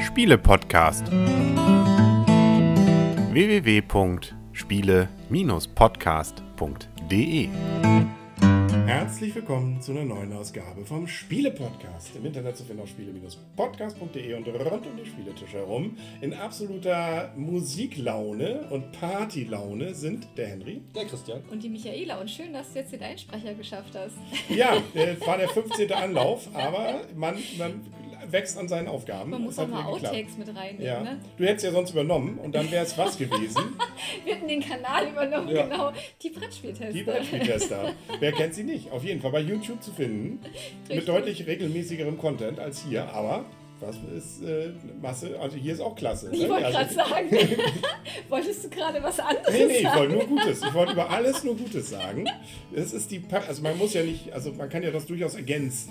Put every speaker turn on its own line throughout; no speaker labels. Spiele-Podcast. www.spiele-podcast.de
Herzlich willkommen zu einer neuen Ausgabe vom Spiele-Podcast. Im Internet zu finden auf spiele-podcast.de und rund um den Spieletisch herum. In absoluter Musiklaune und Partylaune sind der Henry.
Der Christian.
Und die Michaela, und schön, dass du jetzt den Einsprecher geschafft hast.
Ja, äh, war der 15. Anlauf, aber man, man wächst an seinen Aufgaben.
Man muss
Es hat
auch mal
wieder geklappt.
Outtakes mit reinnehmen,
Ja.
ne?
Du hättest ja sonst übernommen und dann wäre es was gewesen.
Wir hatten den Kanal übernommen,
Ja.
genau. Die Brettspieltester.
Die Brettspieltester. Wer kennt sie nicht? Auf jeden Fall bei YouTube zu finden. Mit
Richtig.
deutlich regelmäßigerem Content als hier, aber was ist äh, Masse? Also hier ist auch klasse.
Ich
ne?
wollte
Also-
gerade sagen, wolltest du gerade was anderes
Nee, nee, ich
sagen?
wollte nur Gutes. Ich wollte über alles nur Gutes sagen. Es ist die, Pa- also man muss ja nicht, also man kann ja das durchaus ergänzen.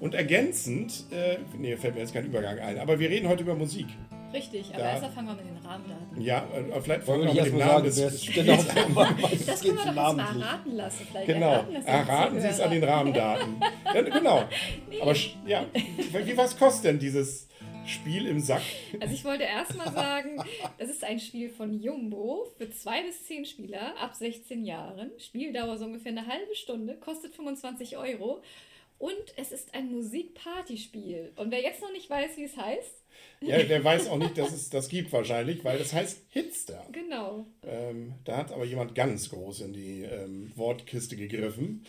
Und ergänzend, äh, nee, fällt mir jetzt kein Übergang ein, aber wir reden heute über Musik.
Richtig, aber
Da-
erst mal fangen wir mit den Rahmendaten.
Ja, äh, vielleicht fangen
Wollen wir
wir
nicht
mit dem
erstmal
Namen
sagen,
des,
wer
des
es genau
Spiels an.
was
Das
es geht
können wir
zum
doch jetzt mal
Namen.
erraten lassen. Vielleicht
Genau,
erraten das ja
erraten
die
Sie es an den
Zuhörer.
Rahmendaten. ja, genau. Aber sch- ja, wie was kostet denn dieses Spiel im Sack?
Also ich wollte erstmal sagen, das ist ein Spiel von Jumbo für zwei bis zehn Spieler ab 16 Jahren. Spieldauer so ungefähr eine halbe Stunde, kostet 25 Euro. Und es ist ein Musikpartyspiel. Und wer jetzt noch nicht weiß, wie es heißt,
Ja, der weiß auch nicht, dass es das gibt wahrscheinlich, weil das heißt Hitster.
genau.
Ähm, da hat aber jemand ganz groß in die ähm, Wortkiste gegriffen.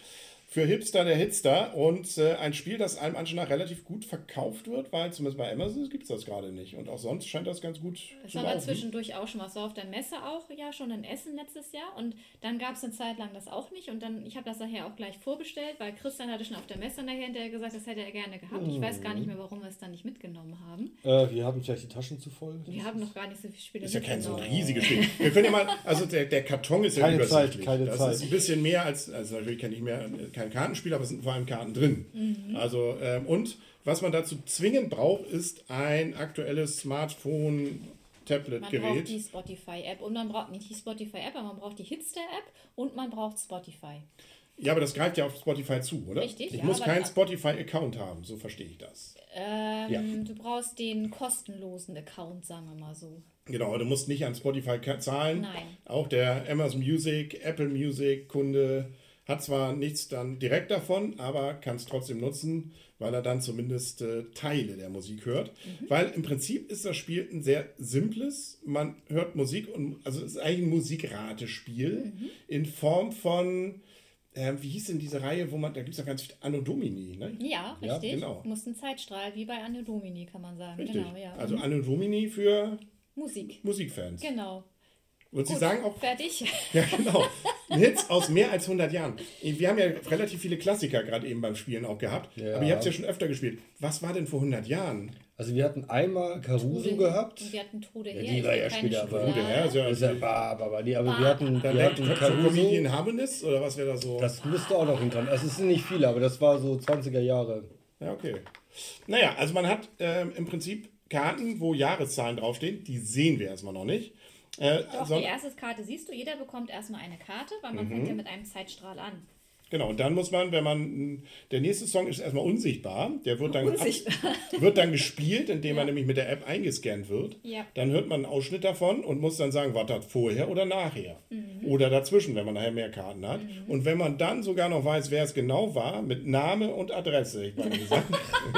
Für Hipster der Hitster und äh, ein Spiel, das einem anscheinend nach relativ gut verkauft wird, weil zumindest bei Amazon gibt es das gerade nicht. Und auch sonst scheint das ganz gut
Das
zu
haben wir
laufen.
zwischendurch auch schon mal. Es war auf der Messe auch, ja, schon in Essen letztes Jahr. Und dann gab es eine Zeit lang das auch nicht. Und dann, ich habe das nachher auch gleich vorbestellt, weil Christian hatte schon auf der Messe nachher hinterher gesagt, das hätte er gerne gehabt. Ich weiß gar nicht
Mhm.
mehr, warum wir es dann nicht mitgenommen haben.
Äh, wir haben vielleicht die Taschen zu voll.
Wir haben noch gar nicht so viele Spiele
Ist ja kein so ein
mitgenommen.
riesiges Spiel. Wir können ja mal, also der, der Karton ist ja
Keine Zeit,
übersichtlich.
keine
das
Zeit.
ist ein bisschen mehr als, also natürlich kenne ich mehr, äh, kein Kartenspiel, aber es sind vor allem Karten drin.
Mhm.
Also, ähm, und was man dazu zwingend braucht, ist ein aktuelles
Man braucht
Smartphone-Tablet-Gerät.
die Spotify-App und man braucht nicht die Spotify-App, aber man braucht die Hitster-App und man braucht Spotify.
Ja, aber das greift ja auf Spotify zu, oder?
Richtig,
Ich
ja,
muss
aber-
keinen Spotify-Account haben, so verstehe ich das.
Ähm,
Ja.
Du brauchst den kostenlosen Account, sagen wir mal so.
Genau, du musst nicht an Spotify ka- zahlen.
Nein.
Auch der Amazon Music, Apple Music Kunde hat zwar nichts dann direkt davon, aber kann es trotzdem nutzen, weil er dann zumindest äh, Teile der Musik hört.
Mhm.
Weil im Prinzip ist das Spiel ein sehr simples. Man hört Musik und also es ist eigentlich ein Musikratespiel
Mhm.
in Form von äh, wie hieß denn diese Reihe, wo man da gibt es ja ganz viel Anno Domini, ne?
Ja,
Ja,
richtig.
genau.
Du musst einen Zeitstrahl, wie bei Anno Domini, kann man sagen.
Richtig.
Genau, ja.
Also
Mhm.
Anno Domini für
Musik.
Musikfans.
Genau.
Und sie
Gut,
sagen auch
Fertig.
Ja, genau. Hits aus mehr als 100 Jahren. Wir haben ja relativ viele Klassiker gerade eben beim Spielen auch gehabt.
Ja.
Aber ihr habt es ja schon öfter gespielt. Was war denn vor 100 Jahren?
Also wir hatten einmal Caruso gehabt.
Und wir hatten Tode her.
die war
will
ja
keine
später, aber-
Schokolade.
Gute Herr, ist ja-
Das ist ja bah, bah, bah, nee, aber wir hatten,
Dann
wir
denkt
hatten Caruso.
Comedian Harmonist oder was wäre da so?
Das müsste auch noch hinkommen. Also es sind nicht viele, aber das war so 20er Jahre.
Ja, okay. Naja, also man hat ähm, im Prinzip Karten, wo Jahreszahlen draufstehen. Die sehen wir erstmal noch nicht. Äh,
Doch,
son-
die erste Karte siehst du. Jeder bekommt erstmal eine Karte, weil
Mhm.
man fängt ja mit einem Zeitstrahl an.
Genau, und dann muss man, wenn man. Der nächste Song ist erstmal unsichtbar. Der wird dann,
Unsichtbar.
wird dann gespielt, indem er nämlich mit der App eingescannt wird.
Ja.
Dann hört man einen Ausschnitt davon und muss dann sagen, war das vorher oder nachher.
Mhm.
Oder dazwischen, wenn man nachher mehr Karten hat. Und wenn man dann sogar noch weiß, wer es genau war, mit Name und Adresse. Ich meine, gesagt.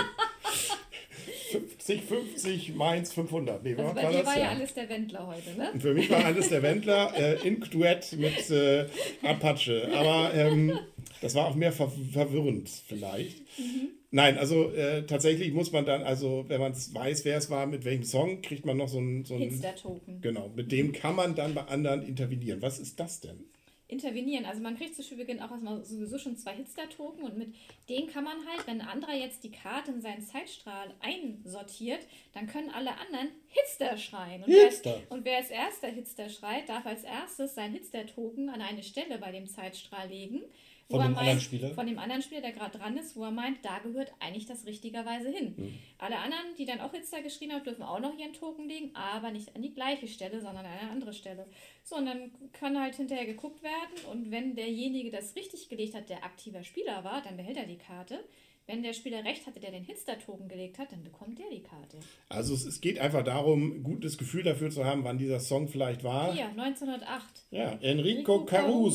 50, 50, Mainz 500. Nee,
Also
was
bei
war
dir
das?
war ja
Ja.
alles der Wendler heute, ne?
Und Für mich war alles der Wendler äh, in Duett mit äh, Apache. Aber ähm, das war auch mehr ver verwirrend vielleicht.
Mhm.
Nein, also äh, tatsächlich muss man dann, also wenn man weiß, wer es war, mit welchem Song, kriegt man noch so einen... So einen
Hitster-Token.
genau, mit dem kann man dann bei anderen intervenieren. Was ist das denn?
intervenieren. Also man kriegt zu Spielbeginn auch erstmal sowieso schon zwei Hitster-Token und mit denen kann man halt, wenn ein anderer jetzt die Karte in seinen Zeitstrahl einsortiert, dann können alle anderen Hitster schreien. Und,
Hitster.
Wer, und wer als erster Hitster schreit, darf als erstes seinen Hitster-Token an eine Stelle bei dem Zeitstrahl legen. wo
Von
er
dem anderen
meint-
Spieler?
Von dem anderen Spieler, der gerade dran ist, wo er meint, da gehört eigentlich das richtigerweise hin.
Hm.
Alle anderen, die dann auch Hitster geschrien haben, dürfen auch noch ihren Token legen, aber nicht an die gleiche Stelle, sondern an eine andere Stelle. So, und dann kann halt hinterher geguckt werden und wenn derjenige das richtig gelegt hat, der aktiver Spieler war, dann behält er die Karte. Wenn der Spieler recht hatte, der den Hitster-Token gelegt hat, dann bekommt der die Karte.
Also es, es geht einfach darum, ein gutes Gefühl dafür zu haben, wann dieser Song vielleicht war.
Hier, 1908.
Ja, Enrico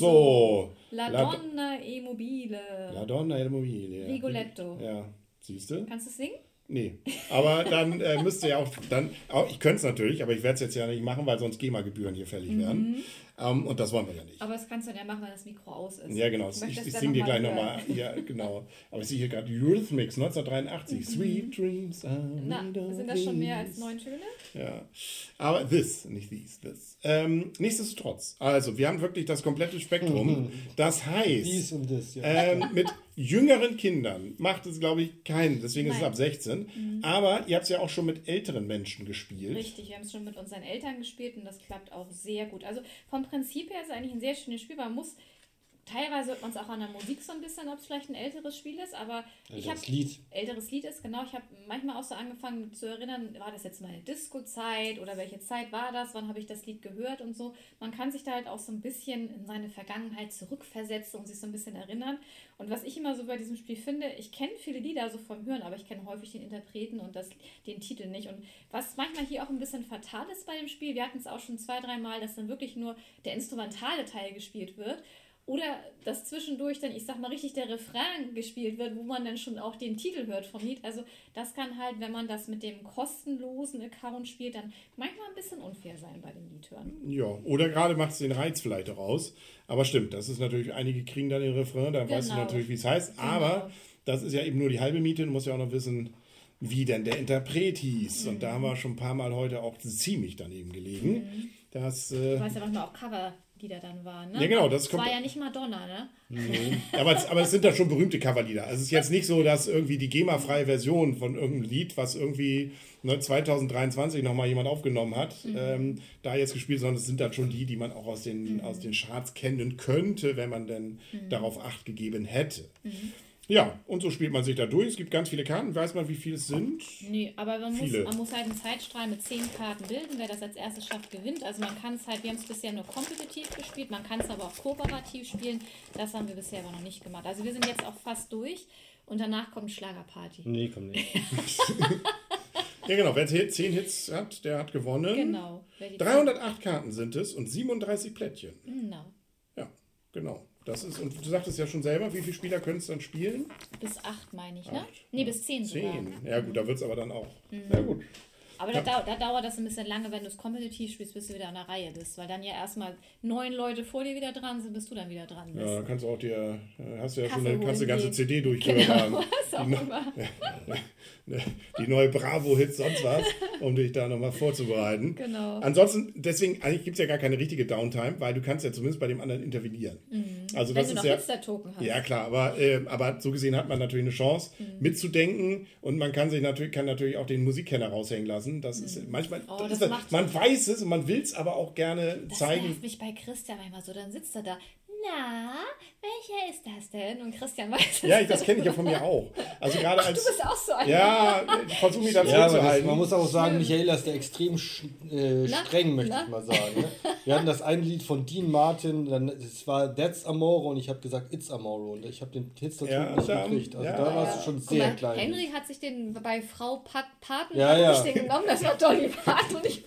Caruso.
La Donna e Mobile.
La Donna e Mobile. ja.
Rigoletto.
Ja, siehst du?
Kannst du es singen?
Nee. Aber dann äh, müsste ja auch, dann, auch ich könnte es natürlich, aber ich werde es jetzt ja nicht machen, weil sonst GEMA-Gebühren hier fällig werden.
Mhm.
Ähm, und das wollen wir ja nicht.
Aber das kannst du ja machen, wenn das Mikro aus ist.
Ja, genau.
Du
Ich,
möchtest
ich
ja
singe dir gleich
hören.
nochmal. Ja, genau. Aber ich sehe hier gerade Eurythmics 1983. Sweet Dreams. are made
Mhm. Na,
of
sind das schon mehr
these.
als neun Töne?
Ja. Aber this, nicht these, this. Ähm, nichtsdestotrotz. Also, wir haben wirklich das komplette Spektrum. Das
Dies
heißt,
und das, ja.
ähm, mit jüngeren Kindern macht es, glaube ich, keinen. Deswegen ist es
Nein. Mhm.
ab 16. Aber ihr habt es ja auch schon mit älteren Menschen gespielt.
Richtig, wir haben es schon mit unseren Eltern gespielt und das klappt auch sehr gut. Also vom Prinzip her ist es eigentlich ein sehr schönes Spiel. Man muss, teilweise hört man es auch an der Musik so ein bisschen, ob es vielleicht ein älteres Spiel ist, aber
Also
ich habe
Äh, das Lied.
älteres Lied ist, genau. Ich habe manchmal auch so angefangen zu erinnern, war das jetzt meine Disco-Zeit oder welche Zeit war das, wann habe ich das Lied gehört und so. Man kann sich da halt auch so ein bisschen in seine Vergangenheit zurückversetzen und sich so ein bisschen erinnern. Und was ich immer so bei diesem Spiel finde, ich kenne viele Lieder so vom Hören, aber ich kenne häufig den Interpreten und das, den Titel nicht. Und was manchmal hier auch ein bisschen fatal ist bei dem Spiel, wir hatten es auch schon zwei, dreimal, dass dann wirklich nur der instrumentale Teil gespielt wird. Oder dass zwischendurch dann, ich sag mal, richtig der Refrain gespielt wird, wo man dann schon auch den Titel hört vom Lied. Also das kann halt, wenn man das mit dem kostenlosen Account spielt, dann manchmal ein bisschen unfair sein bei dem Lied hören.
Ja, oder gerade macht es den Reiz vielleicht auch aus. Aber stimmt, das ist natürlich, einige kriegen dann den Refrain, dann weißt du
Genau.
natürlich, wie es heißt. Aber das ist ja eben nur die halbe Miete. Du musst ja auch noch wissen, wie denn der Interpret hieß. Und
Mhm.
da haben wir schon ein paar Mal heute auch ziemlich daneben gelegen. Das, äh,
Du weißt ja manchmal auch Coverlieder dann waren, ne?
Ja, genau, das
Es
kommt-
war ja nicht Madonna, ne?
aber, es, aber es sind da schon berühmte Coverlieder. Also es ist jetzt nicht so, dass irgendwie die GEMA-freie Version von irgendeinem Lied, was irgendwie ne, 2023 nochmal jemand aufgenommen hat, ähm, da jetzt gespielt, sondern es sind dann schon die, die man auch aus den, aus den Charts kennen könnte, wenn man denn darauf Acht gegeben hätte. Ja, und so spielt man sich da durch. Es gibt ganz viele Karten. Weiß man, wie viele es sind?
Nee, aber man muss,
Viele.
man muss halt einen Zeitstrahl mit zehn Karten bilden. Wer das als erstes schafft, gewinnt. Also man kann es halt, wir haben es bisher nur kompetitiv gespielt, man kann es aber auch kooperativ spielen. Das haben wir bisher aber noch nicht gemacht. Also wir sind jetzt auch fast durch und danach kommt Schlagerparty.
Nee, komm nicht.
Ja, genau. Wer zehn zehn Hits hat, der hat gewonnen.
Genau. Wer die
308 Karten sind es und 37 Plättchen.
Genau.
Ja, genau. Das ist, und du sagtest ja schon selber, wie viele Spieler können es dann spielen?
Bis acht meine ich, ne?
Acht.
Nee, bis zehn sogar.
Zehn. Ja, gut, da wird es aber dann auch.
Mhm.
Ja, gut.
Aber da, dau- da dauert das ein bisschen lange, wenn du es kompetitiv spielst, bis du wieder an der Reihe bist. Weil dann ja erstmal neun Leute vor dir wieder dran sind, bis du dann wieder dran bist.
Ja, dann kannst du auch dir, äh, hast du ja
Kaffee
schon eine, kannst du
holen
die ganze
gehen.
CD durchhören.
Genau,
haben.
was auch immer.
Ne? Die neue Bravo-Hits, sonst was, um dich da nochmal vorzubereiten.
Genau.
Ansonsten, deswegen, eigentlich gibt es ja gar keine richtige Downtime, weil du kannst ja zumindest bei dem anderen intervenieren. Also das
Mhm. Wenn du
ist
noch
ja.
Hipster-Token hast.
Ja, klar, aber, äh, aber so gesehen hat man natürlich eine Chance,
Mhm.
mitzudenken und man kann sich natürlich, kann natürlich auch den Musikkenner raushängen lassen. Das ist manchmal,
Oh,
das
das
ist,
macht-
man weiß es und man will es aber auch gerne
Das nervt
zeigen.
mich bei Christian manchmal so. Dann sitzt er da. Na, welcher ist das denn? Und Christian weiß es.
Ja, ich, das kenne ich ja von mir auch. Also gerade
Du
als.
bist auch so ein.
ja, ich versuche mich da
Ja, aber das,
zurückzuhalten.
man muss auch sagen, Michaela ist da extrem sch äh,
Na?
streng, möchte
Na?
ich mal sagen. Ne? Wir hatten das ein Lied von Dean Martin, dann es war That's Amore und ich habe gesagt It's Amore und ich habe den Hits dazu
Ja,
nicht
da-
gekriegt. Also
ja.
da warst du schon
Guck
sehr
mal,
klein.
Henry hat sich den bei Frau Pat Paten
Ja, ja.
den genommen. Das war Dolly Parton und ich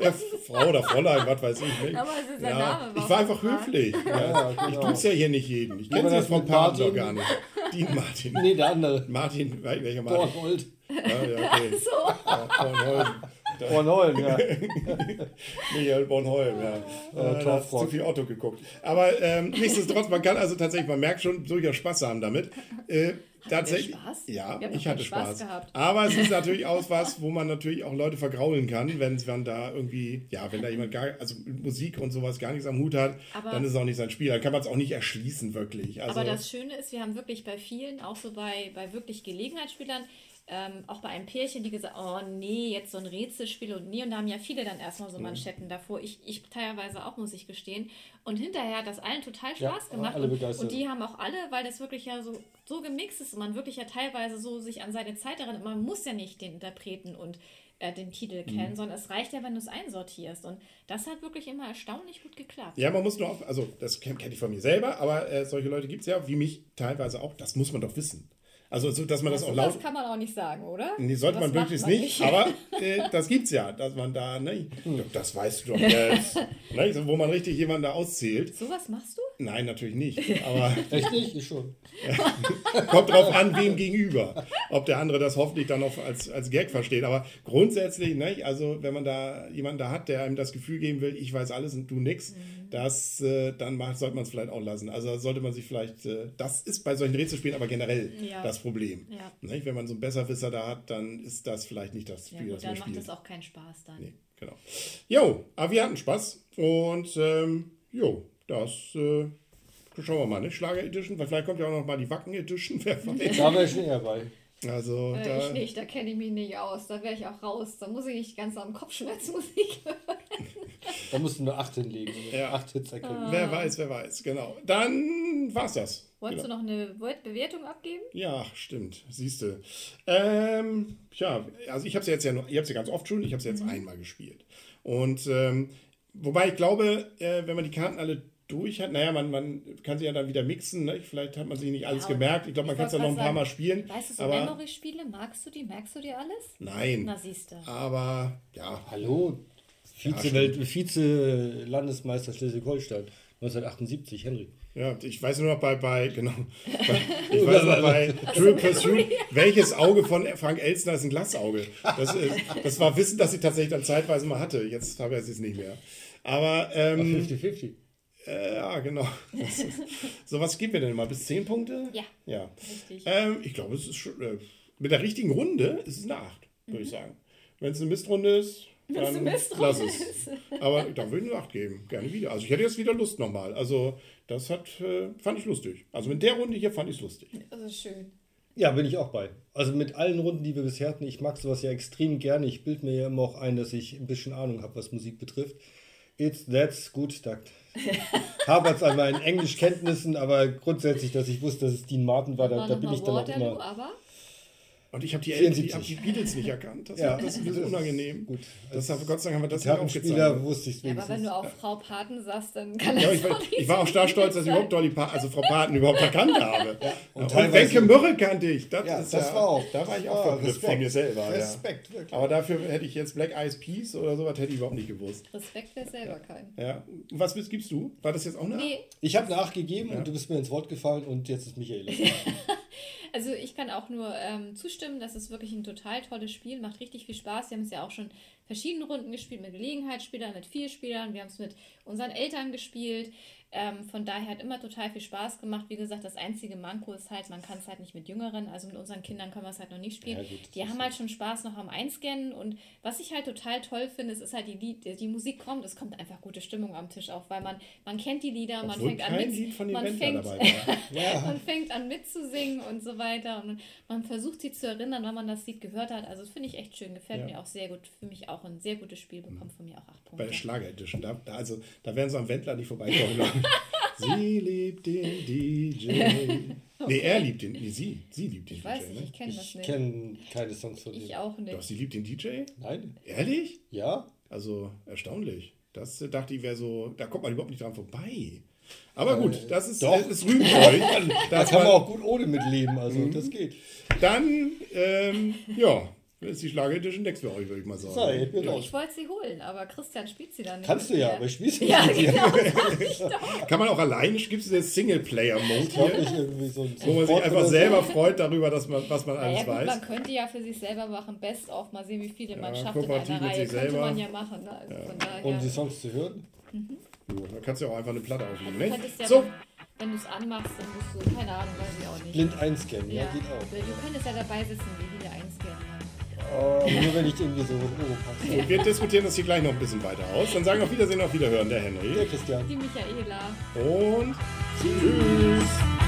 Ja, Frau oder Fräulein, was weiß ich. Ne?
Aber es ist sein Name,
Ich
warum
war einfach
gefragt?
höflich. Ja,
Ja, genau.
Ich duze ja hier nicht jeden. Ich kenne
Aber
sie
das
von
mit
Paten doch
Martin-
gar nicht. Die Martin.
Nee, der andere.
Martin, wel- welcher Martin?
Bornhold.
Ja, ja, okay.
so.
Ja, Bornholm.
Bornhold, ja.
Michael Bornholm, ja. Äh, da hast du
Torfrock.
zu viel Otto geguckt. Aber ähm, nichtsdestotrotz, man kann also tatsächlich, man merkt schon, durchaus Spaß haben damit. Äh, tatsächlich,
Spaß?
Ja,
Wir haben
ich
doch
hatte
keinen
Spaß.
Spaß gehabt.
Aber es ist natürlich auch was, wo man natürlich auch Leute vergraulen kann, wenn man da irgendwie, ja, wenn da jemand gar, also mit Musik und sowas gar nichts am Hut hat,
Aber-
dann ist es auch nicht sein Spiel. Dann kann man es auch nicht erschließen, wirklich. Also,
Aber das Schöne ist, wir haben wirklich bei vielen, auch so bei, bei wirklich Gelegenheitsspielern, ähm, auch bei einem Pärchen, die gesagt oh nee, jetzt so ein Rätselspiel und nee. Und da haben ja viele dann erstmal
Mhm.
so Manschetten davor. Ich, ich teilweise auch, muss ich gestehen. Und hinterher hat das allen total
Ja,
Spaß gemacht.
alle
und,
begeistert.
und die haben auch alle, weil das wirklich ja so, so gemixt ist und man wirklich ja teilweise so sich an seine Zeit erinnert. Man muss ja nicht den Interpreten und äh, den Titel
Mhm.
kennen, sondern es reicht ja, wenn du es einsortierst. Und das hat wirklich immer erstaunlich gut geklappt.
Ja, man muss nur auf, also das kenne kenn ich von mir selber, aber äh, solche Leute gibt es ja, wie mich teilweise auch, das muss man doch wissen. Also, so, dass man das, auch laut.
Das kann man auch nicht sagen, oder?
Nee, sollte
Das
man möglichst
macht man
nicht, aber äh, das gibt's ja, dass man da, ne,
Hm.
das weißt du doch jetzt, ne, so, wo man richtig jemanden da auszählt.
Sowas machst du?
Nein, natürlich nicht, aber
Echt nicht? Ich schon.
kommt drauf an, wem gegenüber. Ob der andere das hoffentlich dann noch als, als Gag versteht, aber grundsätzlich, ne, also wenn man da jemanden da hat, der einem das Gefühl geben will, ich weiß alles und du nix,
Mhm.
das, äh, dann macht, sollte man es vielleicht auch lassen. Also sollte man sich vielleicht, äh, das ist bei solchen Rätselspielen aber generell
Ja.
das Problem.
Ja.
Ne, wenn man so einen Besserwisser da hat, dann ist das vielleicht nicht das
Ja,
Spiel,
gut,
das man
dann macht
spielt.
das auch keinen Spaß dann.
Nee, genau. Jo, aber wir hatten Spaß. Und ähm, jo, das äh, schauen wir mal, ne? Schlager Edition, weil vielleicht kommt ja auch noch mal die Wacken Edition, wer weiß.
Da wäre ich schon eher bei.
Also
Äh,
da,
ich nicht, da kenne ich mich nicht aus. Da wäre ich auch raus. Da muss ich nicht ganz am Kopfschmerzmusik.
Genau.
Da mussten wir acht hinlegen.
Ja.
Acht Hits
Ah.
erkennen.
wer weiß, wer weiß, genau. Dann war's das.
Wolltest
Genau.
du noch eine Word- Bewertung abgeben?
Ja, stimmt, siehst du. Ähm, ja, also ich habe es jetzt ja noch, ich habe ja ganz oft schon, ich habe es jetzt
Mhm.
einmal gespielt. Und ähm, wobei ich glaube, äh, wenn man die Karten alle durch hat, naja, man, man kann sie ja dann wieder mixen, ne? vielleicht hat man sich nicht alles
Ja,
gemerkt. Ich glaube, man
ich
kann es dann noch
wollte
ein paar Mal
gerade
spielen.
Weißt du, so
aber
Memory-Spiele, magst du die? Merkst du dir alles?
nein.
Na, siehst du.
Aber ja,
Hallo? Vize-Welt- Vize-Landesmeister Schleswig-Holstein. 1978, Henry.
ja, ich weiß nur noch bei, bei genau, bei, ich weiß noch bei Triple Pursuit, welches Auge von Frank Elstner ist ein Glasauge. Das, ist, das war Wissen, das ich tatsächlich dann zeitweise mal hatte. Jetzt habe ich es jetzt nicht mehr. Aber ähm,
50-50.
äh, ja, genau. Das ist- So, was geben wir denn mal? Bis 10 Punkte?
Ja.
Ja.
Richtig.
Ähm, ich glaube, es ist schon, äh, mit der richtigen Runde ist es eine 8, würde ich sagen. Wenn es eine Mistrunde ist,
Wenn's
dann
Mhm. eine Mistrunde
lass es. Aber da würde ich eine 8 geben. Gerne wieder. Also ich hätte jetzt wieder Lust nochmal. Also das hat, äh, fand ich lustig. Also in der Runde hier fand ich es lustig.
Das ist schön.
Ja, bin ich auch bei. Also mit allen Runden, die wir bisher hatten, ich mag sowas ja extrem gerne. Ich bilde mir ja immer auch ein, dass ich ein bisschen Ahnung habe, was Musik betrifft. It's that's gut, da hapert es an meinen Englischkenntnissen, aber grundsätzlich, dass ich wusste, dass es Dean Martin war, da,
War
da
noch
bin
mal
ich dann auch
Waterloo,
immer.
aber
Und ich habe die, Eltern- ich hab die
74.
Beatles nicht erkannt. Das, war, das ist ein bisschen
das ist
unangenehm.
Gut.
Das, hat- Gott sei Dank haben wir das
Als
nicht aufgezeichnet.
Gitarrenspieler wusste ich es
Ja, aber wenn
wenigstens.
du auf Frau Paten saßt, dann kann
Ja, aber
das
ich, war,
auch nicht
ich war auch
so
stark
gut
stolz, dass ich
sein.
überhaupt Dolly Parton, also Frau Paten überhaupt erkannt habe. Ja,
und
und
teilweise-
Wenke Mürre kannte ich. Das,
Ja,
ist
das
ja,
war auch-
Da
das
war ich auch
war
verblüfft von
Respekt.
mir selber.
Respekt,
ja.
wirklich.
Aber dafür hätte ich jetzt Black Eyes Peas oder sowas, hätte ich überhaupt nicht gewusst.
Respekt wäre selber kein.
Ja. Und Was bist- gibst du? War das jetzt auch eine?
Nee,
Ich habe nachgegeben und du bist mir ins Wort gefallen und jetzt ist Michael. dran.
also ich kann auch nur ähm, zustimmen, das ist wirklich ein total tolles Spiel, macht richtig viel Spaß. Wir haben es ja auch schon verschiedene Runden gespielt, mit Gelegenheitsspielern, mit Vielspielern, wir haben es mit unseren Eltern gespielt. Ähm, von daher hat immer total viel Spaß gemacht. Wie gesagt, das einzige Manko ist halt, man kann es halt nicht mit Jüngeren, also mit unseren Kindern können wir es halt noch nicht spielen.
Ja, gut, das
die
ist
haben
so.
halt schon Spaß noch am Einscannen und was ich halt total toll finde, es ist halt die, Lied, die, die Musik kommt, es kommt einfach gute Stimmung am Tisch auf, weil man, man kennt die Lieder, man
Obwohl
fängt an
kein
mit-
Lied von den
man
Wendler
fängt,
dabei war.
man fängt an mitzusingen und so weiter und man versucht sie zu erinnern, wann man das Lied gehört hat. Also das finde ich echt schön, gefällt
Ja.
mir auch sehr gut. Für mich auch ein sehr gutes Spiel, bekommt von mir auch acht
Bei
Punkte.
der Schlager Edition. Da, da, also, da werden sie am Wendler nicht vorbeikommen. glaub ich. sie liebt den DJ. Nee, er liebt den. Nee, sie. Sie liebt den
ich
DJ.
weiß nicht,
ne?
ich kenne das
Ich
nicht.
kenne keine Songs von
ich
dir.
auch
Doch,
nicht.
sie liebt den DJ?
Nein?
Ehrlich?
Ja?
Also erstaunlich. Das äh, dachte ich wäre so, da kommt man überhaupt nicht dran vorbei. Aber gut, das ist,
Äh, doch. Also,
das ist rühmt euch.
Da
dass
kann man
man-
auch gut ohne mitleben, also
Mhm.
das geht.
Dann, ähm, ja, ist die Schlager Edition next für euch, würde ich mal sagen.
So, ich bin
ja.
raus.
Ich wollte sie holen, aber Christian spielt sie dann nicht.
Kannst du ja, aber ich spiele nicht
Ja,
mit dir.
genau.
Kann man auch alleine, gibt es den Singleplayer-Mode
Ich glaube
hier,
nicht irgendwie so ein
wo man sich
Sport
einfach
oder so.
selber freut darüber, dass man, was man
Naja,
alles
gut, man
weiß.
könnte ja für sich selber machen, best auf, mal sehen, wie viele man
Ja,
schafft in
kooperativ
einer
mit
Reihe.
sich
Könnte
selber.
man ja machen. Ne? Also Von daher.
Um die Songs zu hören?
Da kannst du ja auch einfach eine Platte aufnehmen.
Du
Ne?
könntest ja,
So,
wenn du es anmachst, dann musst du, keine Ahnung, weiß ich auch nicht.
Blind einscannen, ja,
Ja,
geht auch.
du könntest ja dabei sitzen, wie viele einscannen haben.
Oh, nur wenn ich irgendwie so oh,
gut, wir diskutieren das hier gleich noch ein bisschen weiter aus. Dann sagen auf Wiedersehen, auf Wiederhören, der Henry.
Der Christian.
Die Michaela.
Und tschüss.